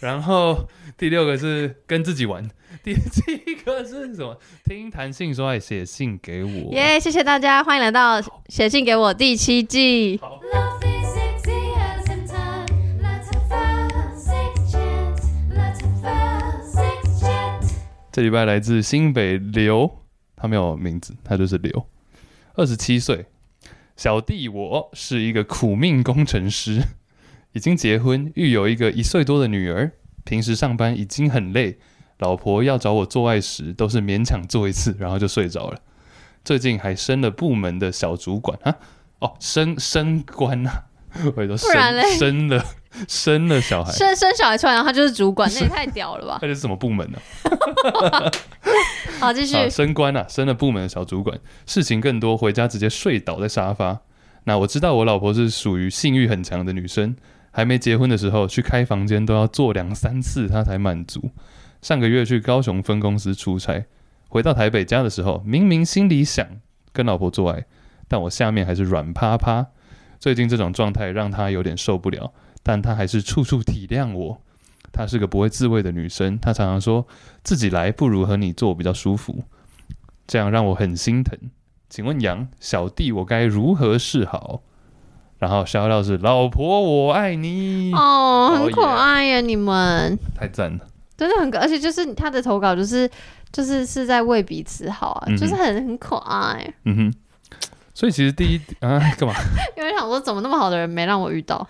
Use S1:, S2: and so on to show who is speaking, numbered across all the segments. S1: 然后第六个是跟自己玩，第七个是什么？听弹性说爱写信给我。
S2: 耶、谢谢大家，欢迎来到《写信给我》第七季。
S3: Love is sexy as in time. Let's have a six chance. Let's have a six chance.
S1: 这礼拜来自新北刘，他没有名字，他就是刘，二十七岁，小弟我是一个苦命工程师，已经结婚，育有一个一岁多的女儿，平时上班已经很累，老婆要找我做爱时都是勉强做一次，然后就睡着了。最近还升了部门的小主管啊，哦，升升官呐、啊， 我也都升
S2: 不然嘞
S1: 升了升了小孩，
S2: 生生小孩出来，然后他就是主管，那也太屌 了吧！
S1: 那是什么部门呢、
S2: 好，继续。
S1: 啊，升官啊，升了部门的小主管，事情更多，回家直接睡倒在沙发。那我知道我老婆是属于性欲很强的女生，还没结婚的时候去开房间都要做两三次她才满足。上个月去高雄分公司出差，回到台北家的时候，明明心里想跟老婆做爱，但我下面还是软趴趴。最近这种状态让她有点受不了，但她还是处处体谅我。她是个不会自慰的女生，她常常说自己来不如和你做比较舒服，这样让我很心疼。请问杨小弟，我该如何是好？然后小廖是老婆，我爱你，
S2: 哦，很
S1: 哦
S2: 可
S1: 耶
S2: 爱呀，你们
S1: 太赞了。
S2: 真的很可，而且就是他的投稿，就是就是是在为彼此好啊，
S1: 嗯哼
S2: 就是很很可爱。
S1: 嗯哼，所以其实第一啊，干嘛？
S2: 因为想说，怎么那么好的人没让我遇 到？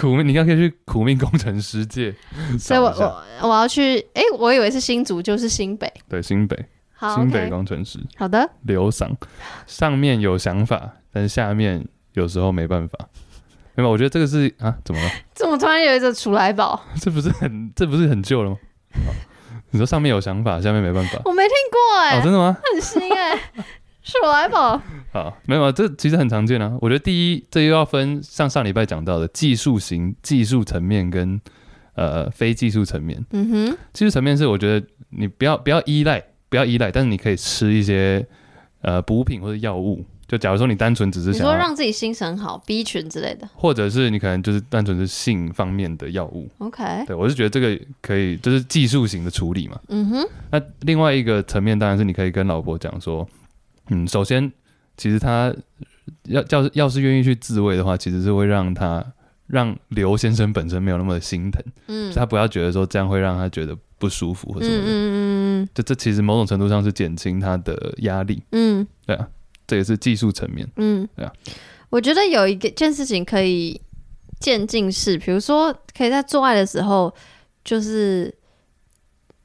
S1: 苦命，你应该可以去苦命工程师界
S2: 所以
S1: 找
S2: 我
S1: 一下。
S2: 我我要去，诶，我以为是新竹，就是新北。
S1: 对新北
S2: 好
S1: 新
S2: 哦
S1: 北
S2: ，OK，
S1: 工程师
S2: 好的，
S1: 刘嗓，上面有想法，但下面有时候没办法。没有，我觉得这个是啊，怎么了？
S2: 怎么突然有一个楚来宝？
S1: 这不是很这不是很旧了吗？哦你说上面有想法，下面没办法。
S2: 我没听过哎、
S1: 哦，真的吗？
S2: 很新哎、是我来宝。
S1: 好，没有，啊，这其实很常见啊。我觉得第一，这又要分像上礼拜讲到的技术型、技术层面跟呃非技术层面。
S2: 嗯哼，
S1: 技术层面是我觉得你不要不要依赖，不要依赖，但是你可以吃一些呃补品或者药物。就假如说你单纯只是
S2: 你
S1: 想
S2: 说
S1: 要，
S2: 让自己心情好，B 群之类的
S1: 或者是你可能就是单纯是性方面的药物。
S2: ，OK，
S1: 对我是觉得这个可以，就是技术型的处理嘛。
S2: 嗯哼，
S1: 那另外一个层面当然是你可以跟老婆讲说，嗯，首先其实她要要是要是愿意去自慰的话，其实是会让她让刘先生本身没有那么心疼，
S2: 嗯
S1: 就他不要觉得说这样会让他觉得不舒服
S2: 嗯
S1: 或什么的，
S2: 嗯嗯
S1: 这这其实某种程度上是减轻他的压力，
S2: 嗯
S1: 对啊，这也是技术层面，
S2: 嗯
S1: 对啊
S2: 嗯，我觉得有一个件事情可以渐进式，比如说可以在做爱的时候，就是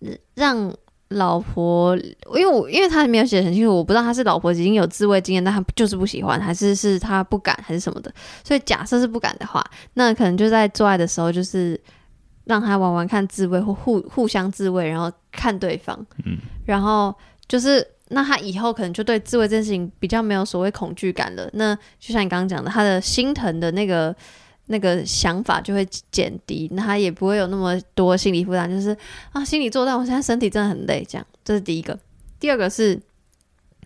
S2: 嗯让。老婆，因为我因为他没有写得很清楚，我不知道他是老婆已经有自慰经验，但他就是不喜欢，还是是他不敢，还是什么的。所以假设是不敢的话，那可能就在做爱的时候，就是让他玩玩看自慰或互互相自慰，然后看对方，
S1: 嗯
S2: 然后就是那他以后可能就对自慰这件事情比较没有所谓恐惧感了。那就像你刚刚讲的，他的心疼的那个。那个想法就会减低，那他也不会有那么多心理负担，就是啊，心理作战，我现在身体真的很累，这样，这是第一个。第二个是，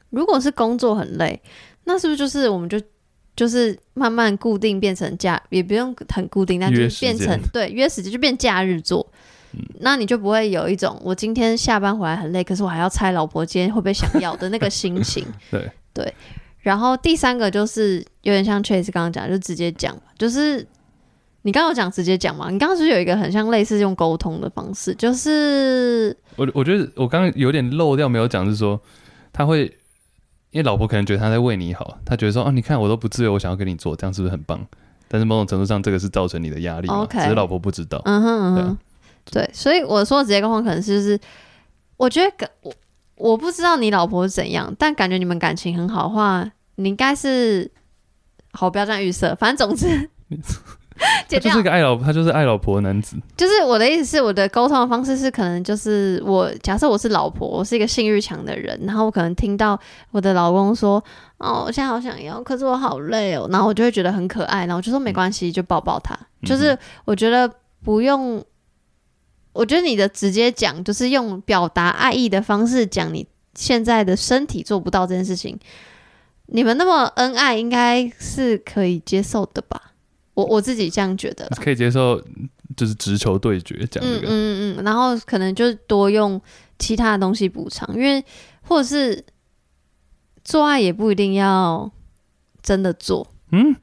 S2: 如果是工作很累，那是不是就是我们就就是慢慢固定变成假，也不用很固定，但就
S1: 约
S2: 是
S1: 时
S2: 变
S1: 间嗯
S2: 成对约时间就变假日做。那你就不会有一种我今天下班回来很累，可是我还要猜老婆今天会不会想要的那个心情。
S1: 对
S2: 对，然后第三个就是有点像 Chase 刚刚讲，就直接讲嘛，就是你刚刚有讲直接讲嘛，你刚刚是不是有一个很像类似用沟通的方式，就是
S1: 我我觉得我刚刚有点漏掉没有讲是说他会。因为老婆可能觉得他在为你好，他觉得说啊，你看我都不自由，我想要跟你做，这样是不是很棒？但是某种程度上，这个是造成你的压力嘛
S2: OK
S1: 只是老婆不知道。
S2: 嗯哼嗯
S1: 对啊
S2: 哼，对，所以我说的直接沟通可能是就是，我觉得感我我不知道你老婆是怎样，但感觉你们感情很好的话，你应该是好不要这样预设，反正总之。 剪
S1: 就
S2: 掉嗯
S1: 是一。个爱老，他就是爱老婆的男子。
S2: 就是我的意思是，我的沟通的方式是，可能就是我假设我是老婆，我是一个性欲强的人，然后我可能听到我的老公说：“哦，我现在好想要，可是我好累哦。”然后我就会觉得很可爱，然后我就说没关系，就抱抱他。就是我觉得不用，我觉得你的直接讲，就是用表达爱意的方式讲你现在的身体做不到这件事情。你们那么恩爱，应该是可以接受的吧？我我自己这样觉得啦。
S1: 可以接受，就是直球对决讲
S2: 嗯
S1: 这
S2: 嗯
S1: 个。
S2: 嗯，然后可能就多用其他的东西补偿，因为或者是做爱也不一定要真的做，
S1: 嗯，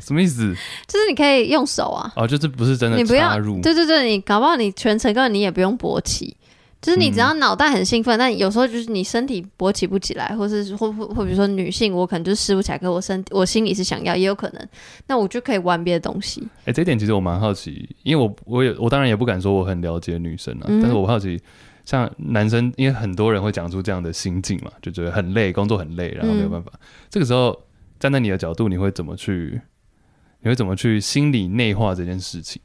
S1: 什么意思？
S2: 就是你可以用手啊，
S1: 哦，就是不是真
S2: 你
S1: 的
S2: 不要
S1: 插入，
S2: 对对对，你搞不好你全程根本你也不用勃起。就是你只要脑袋很兴奋，但有时候就是你身体勃起不起来，或是或或或比如说女性，我可能就是吃不起来，可我身我心里是想要，也有可能，那我就可以玩别的东西。
S1: 哎、这一点其实我蛮好奇，因为我我也我当然也不敢说我很了解女生啊，
S2: 嗯
S1: 但是我好奇，像男生，因为很多人会讲出这样的心境嘛，就觉得很累，工作很累，然后
S2: 嗯
S1: 没有办法。这个时候站在你的角度，你会怎么去？你会怎么去心理内化这件事情？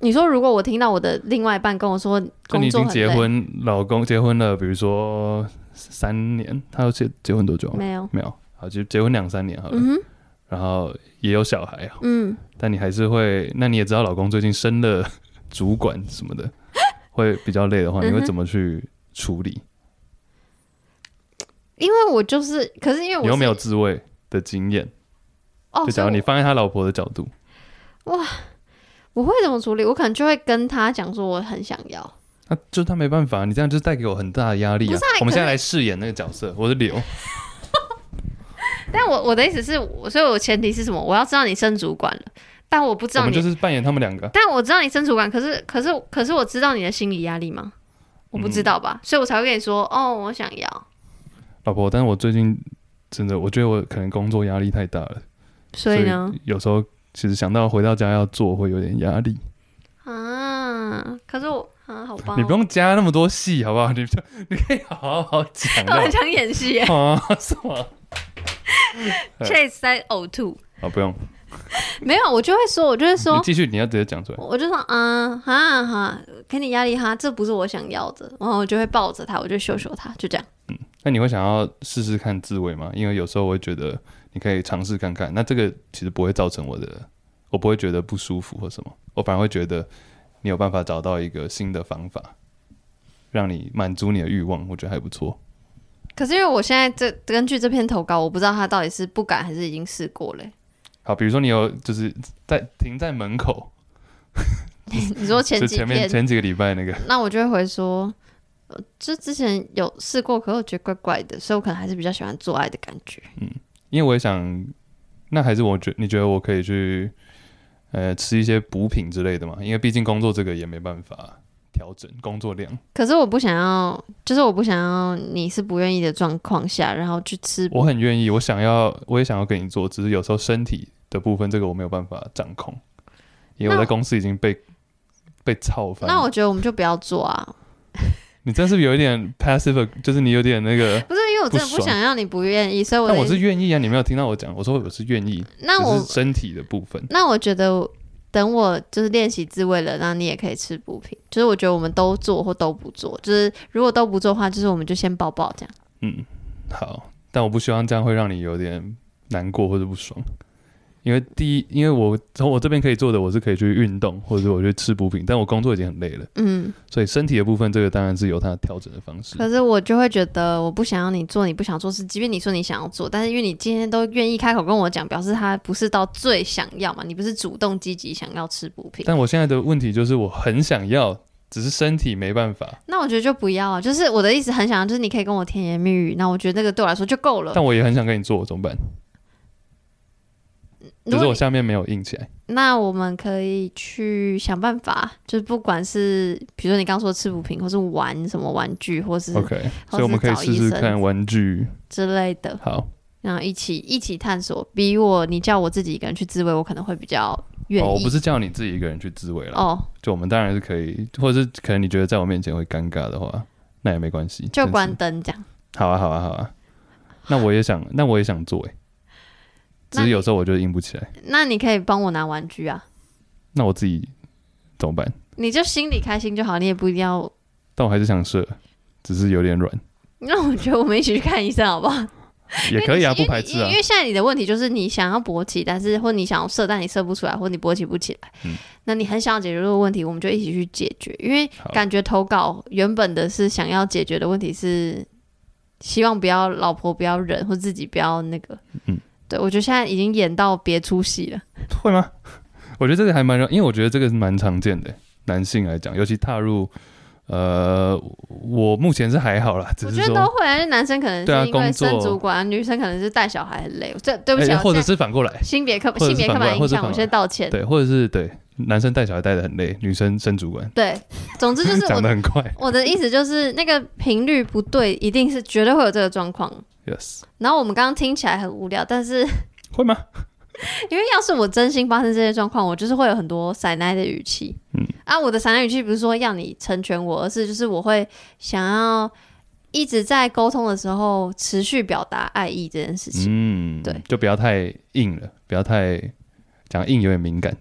S2: 你说如果我听到我的另外一半跟我说
S1: 就你
S2: 工
S1: 已
S2: 作
S1: 经
S2: 很累，
S1: 结婚，老公结婚了，比如说三年，他要结结婚多久啊？
S2: 没有，
S1: 没有，好，就结婚两三年好了，
S2: 嗯哼
S1: 然后也有小孩啊，
S2: 嗯，
S1: 但你还是会，那你也知道老公最近升了主管什么 的，会比较累的话，你
S2: 嗯
S1: 会
S2: 哼
S1: 怎么去处理？
S2: 因为我就是，可是因为我
S1: 你又没有
S2: 是
S1: 自慰的经验，
S2: 哦，
S1: 就假如
S2: 所以
S1: 你放在他老婆的角度，
S2: 我我会怎么处理？我可能就会跟他讲说我很想要，
S1: 那、就他没办法，你这样就带给我很大的压力
S2: 不
S1: 啊
S2: 是啊！
S1: 我们
S2: 可
S1: 现
S2: 是
S1: 在来饰演那个角色，我是刘，
S2: 但我我的意思是，我所以我前提是什么？我要知道你升主管了，但我不知
S1: 我
S2: 道
S1: 们
S2: 你，
S1: 就是扮演他们两个。
S2: 但我知道你升主管，可是可是可是我知道你的心理压力
S1: 嗯
S2: 吗？我不知道吧，所以我才会跟你说哦，我想要，
S1: 老婆，但是我最近真的，我觉得我可能工作压力太大了，
S2: 所以呢
S1: 有时候其实想到回到家要做会有点压力。
S2: 啊，可是我啊，好吧，
S1: 你不用加那么多戏，好不好？你就你可以好好讲
S2: 我 很
S1: 的。
S2: 想演戏耶
S1: 啊，什么？
S2: ，Chase 在呕吐，
S1: 啊，不用，
S2: 没有，我就会说，我就会说
S1: 你，继续，你要直接讲出来。
S2: 我就说，嗯，哈哈，给你压力哈，这不是我想要的，然后我就会抱着他，我就羞羞他，就这样。
S1: 那你会想要试试看自慰吗？因为有时候我会觉得你可以尝试看看。那这个其实不会造成我的，我不会觉得不舒服或什么，我反而会觉得你有办法找到一个新的方法，让你满足你的欲望，我觉得还不错。
S2: 可是因为我现在这根据这篇投稿，我不知道他到底是不敢还是已经试过 了。
S1: 好，比如说你有就是在停在门口，
S2: 你说前
S1: 就
S2: 几
S1: 前面
S2: 天，
S1: 前几个礼拜那个，
S2: 那我就会回说，呃，就之前有试过，可是我觉得怪怪的，所以我可能还是比较喜欢做爱的感觉。
S1: 因为我也想，那还是我觉你觉得我可以去呃吃一些补品之类的嘛？因为毕竟工作这个也没办法调整工作量。
S2: 可是我不想要，就是我不想要你是不愿意的状况下，然后去 吃。
S1: 我很愿意，我想要，我也想要跟你做，只是有时候身体的部分，这个我没有办法掌控，因为我
S2: 那
S1: 在公司已经被被操翻了。
S2: 那我觉得我们就不要做啊，
S1: 你真是有一点 passive，就是你有点那个。
S2: 不是因为我真的
S1: 不
S2: 不
S1: 爽
S2: 想要你不愿意，所以我
S1: 但
S2: 的
S1: 我
S2: 意思
S1: 是愿意啊，你没有听到我讲，我说我是愿意，
S2: 那
S1: 只
S2: 我
S1: 是身体的部分。
S2: 那我觉得，等我就是练习自慰了，那你也可以吃补品。就是我觉得我们都做或都不做，就是如果都不做的话，就是我们就先抱抱这样。
S1: 嗯，好，但我不希望这样会让你有点难过或者不爽，因为第一，因为我从我这边可以做的，我是可以去运动或者我去吃补品，但我工作已经很累了，
S2: 嗯，
S1: 所以身体的部分这个当然是有它调整的方式。
S2: 可是我就会觉得嗯我不想要你做你不想做的事，即便你说你想要做，但是因为你今天都愿意开口跟我讲，表示他不是到最想要嘛，你不是主动积极想要吃补品。
S1: 但我现在的问题就是我很想要，只是身体没办法，
S2: 那我觉得就不要啊，就是我的意思很想要，就是你可以跟我甜言蜜语，那我觉得那个对我来说就够了。
S1: 但我也很想跟你做，怎么办？
S2: 如
S1: 可是
S2: 果
S1: 我下面没有硬起来，
S2: 那我们可以去想办法，就是不管是比如说你刚说吃补品，或是玩什么玩具，或是
S1: OK，
S2: 或
S1: 所以我们
S2: 嗯是
S1: 可以
S2: 找
S1: 试
S2: 医
S1: 试
S2: 生
S1: 看玩具。
S2: 之类的，
S1: 好，
S2: 然后一起一起探索。比我你叫我自己一个人去自慰，我可能会比较愿
S1: 哦，我
S2: 意
S1: 不。是叫你自己一个人去自慰了，
S2: 哦，
S1: 就我们当然是可以，或者是可能你觉得在我面前会尴尬的话，那也没关系，
S2: 就
S1: 但是
S2: 关灯这样。
S1: 好啊，好啊，好啊。那我也想，那我也想做、欸，只
S2: 那
S1: 是
S2: 你
S1: 有时候我就硬不起来。
S2: 那你可以帮我拿玩具啊，
S1: 那我自己怎么办？
S2: 你就心里开心就好，你也不一定要。
S1: 但我还是想射，只是有点软，
S2: 那我觉得我们一起去看医生好不好？
S1: 也可以
S2: 因
S1: 啊，
S2: 为
S1: 不
S2: 你
S1: 排斥啊
S2: 因为。现在你的问题就是你想要勃起，但是或你想要射，但你射不出来，或你勃起不起来。
S1: 嗯
S2: 那你很想要解决这个问题，我们就一起去解决。因为
S1: 好
S2: 感觉投稿原本的是想要解决的问题是，希望不要老婆不要忍，或自己不要那个。
S1: 嗯，
S2: 对我觉得现在已经演到别出戏了。
S1: 会吗？ 我觉得这个还蛮让，因为我觉得这个是蛮常见的，男性来讲，尤其踏入呃，我目前是还好啦，只
S2: 我
S1: 是
S2: 觉得都
S1: 说，
S2: 会啊，因为男生可能
S1: 对啊
S2: 是因为
S1: 工作
S2: 升主管，女生可能是带小孩很累。这对不起
S1: 哎
S2: 啊，
S1: 或者
S2: 我现
S1: 是反过来
S2: 在，性别刻
S1: 或者是
S2: 性别刻
S1: 反过来
S2: 板
S1: 或
S2: 印
S1: 者是
S2: 象，
S1: 反
S2: 我
S1: 过来
S2: 先道歉。
S1: 对，或者是对，男生带小孩带的很累，女生升主管，
S2: 对，总之就是我
S1: 讲的很快
S2: 我的意思就是，那个频率不对，一定是绝对会有这个状况。
S1: ，yes，
S2: 然后我们刚刚听起来很无聊，但是
S1: 会吗？
S2: 因为要是我真心发生这些状况，我就是会有很多撒奶的语气。
S1: 嗯
S2: 啊，我的撒奶语气不是说要你成全我，而是就是我会想要一直在沟通的时候持续表达爱意这件事情。
S1: 嗯，
S2: 对，
S1: 就不要太硬了，不要太讲硬有点敏感，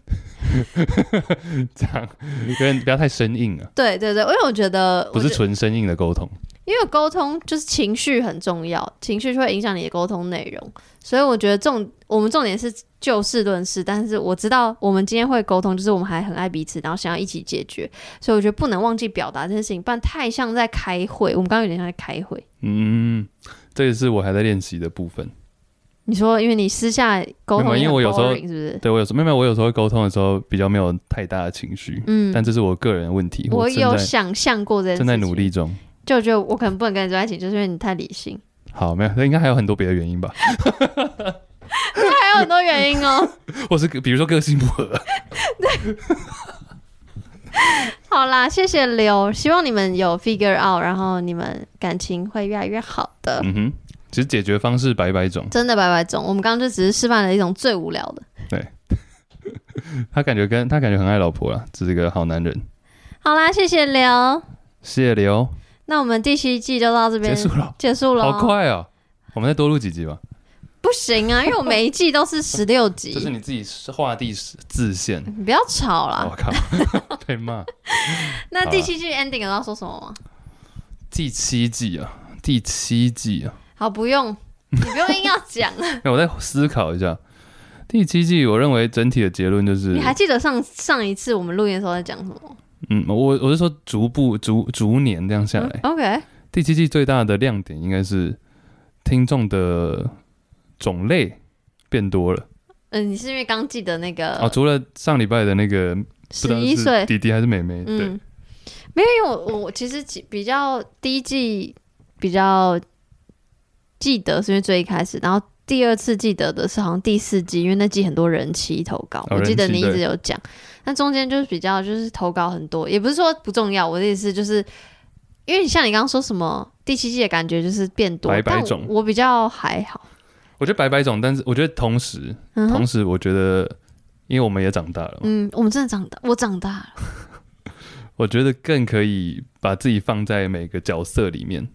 S1: 这样有点不要太生硬了，
S2: 对对对，因为我觉得
S1: 不是
S2: 我觉得
S1: 纯生硬的沟通。
S2: 因为沟通就是情绪很重要，情绪就会影响你的沟通内容，所以我觉得重我们重点是就事论事。但是我知道我们今天会沟通，就是我们还很爱彼此，然后想要一起解决，所以我觉得不能忘记表达这件事情，不然太像在开会。我们刚刚有点像在开会。
S1: 嗯，这也是我还在练习的部分。
S2: 你说，因为你私下沟
S1: 没有
S2: 通，
S1: 因为我有时候
S2: 是不是？
S1: 对我有时候没有没有，我有时候会沟通的时候比较没有太大的情绪，
S2: 嗯，
S1: 但这是我个人的问题，
S2: 我
S1: 正
S2: 有
S1: 在
S2: 想象过这件事情，
S1: 正在努，力中。
S2: 就觉得我可能不能跟你在一起，就是因为你太理性，
S1: 好，没有，那应该还有很多别的原因吧，
S2: 还有很多原因哦。
S1: 或是比如说个性不合。
S2: 好啦，谢谢刘，希望你们有 figure out，然后你们感情会越来越好 的。
S1: 嗯哼，其实解决方式百百种，
S2: 真的白白总，我们刚刚就只是示范了一种最无聊的。
S1: 他感觉跟他感觉很爱老婆啦，这是一个好男人。
S2: 好啦，谢谢刘，
S1: 谢谢哦，
S2: 那我们第七季就到这边
S1: 结束了。
S2: 结束了哦，
S1: 好快哦！我们再多录几集吧。
S2: 不行啊，因为我每一季都是十六
S1: 这是
S2: 集，
S1: 你自己画地自限。
S2: 你不要吵
S1: 我、
S2: 啦。
S1: 靠， 被骂。
S2: 那第七季 ending 有要说什么吗？
S1: 第七季啊，第七季啊，
S2: 好，不用， 你不用硬要讲啊了。
S1: 那我再思考一下。第七季，我认为整体的结论就是，
S2: 你还记得上上一次我们录音的时候在讲什么吗
S1: 嗯，我我是说逐步逐逐年这样下来。
S2: 嗯？OK，
S1: 第七季最大的亮点应该是听众的种类变多了。
S2: 嗯，你是因为刚记得那
S1: 哦，
S2: 个
S1: 除了上礼拜的那个不知
S2: 呃十
S1: 道
S2: 一
S1: 是
S2: 岁
S1: 弟弟还是妹妹，对，
S2: 嗯，没有，因为我我其实记比较第一季比较记得，是因为最一开始，然后第二次记得的是好像第四季，因为那季很多人气投稿，
S1: 哦
S2: 我记得
S1: 人气
S2: 你一直
S1: 对
S2: 有讲。那中间就是比较就是投稿很多，也不是说不重要，我的意思就是。因为你像你刚刚说什么第七季的感觉就是变多，
S1: 百百
S2: 但
S1: 种
S2: 我我比较还好，
S1: 我觉得百百种，但是我觉得同时
S2: 嗯
S1: 同
S2: 哼，
S1: 时，我觉得，因为我们也长大了嘛，
S2: 嗯，我们真的长大，我长大了，
S1: 我觉得更可以把自己放在每个角色里面，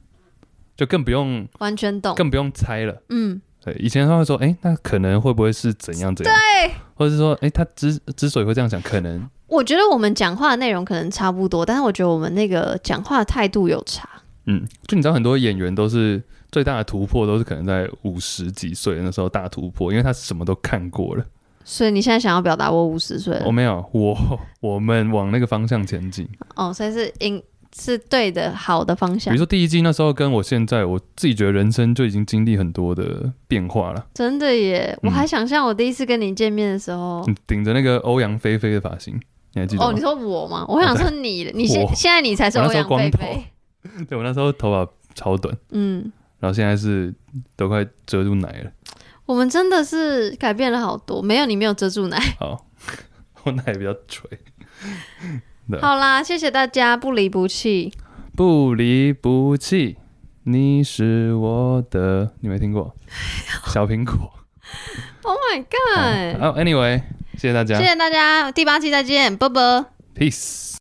S1: 就更不用
S2: 完全懂，
S1: 更不用猜了。
S2: 嗯，
S1: 对，以前他会说，哎、那可能会不会是怎样怎样？对，或者是说，哎、他之之所以会这样想，可能
S2: 我觉得我们讲话的内容可能差不多，但是我觉得我们那个讲话的态度有差。
S1: 嗯，就你知道，很多演员都是最大的突破，都是可能在五十几岁那时候大突破，因为他什么都看过了。
S2: 所以你现在想要表达我五十岁了
S1: 我、没有，我我们往那个方向前进。
S2: 哦，所以是应是对的，好的方
S1: 比如
S2: 向，
S1: 说第一季那时候跟我现在，我自己觉得人生就已经经历很多的变化了。
S2: 真的耶！我
S1: 嗯
S2: 还想象我第一次跟你见面的时候，
S1: 你顶着那个欧阳菲菲的发型，你还记得
S2: 哦
S1: 吗？
S2: 哦，
S1: 哦
S2: 你说我吗？我想说你，你现
S1: 我
S2: 现在你才是
S1: 我那
S2: 欧
S1: 时候
S2: 阳菲
S1: 光头
S2: 菲，
S1: 对我那时候头发超短，
S2: 嗯，
S1: 然后现在是都快遮住奶了。
S2: 我们真的是改变了好多。没有你没有遮住奶。
S1: 好， 我奶比较垂，对
S2: 好啦，谢谢大家不离不弃，
S1: 不离不弃。你是我的，你没听 过小苹果？
S2: Oh my
S1: 好
S2: god！
S1: 好，Anyway，谢谢大家
S2: 谢谢大家，第八期再见，啵啵。
S1: ，Peace。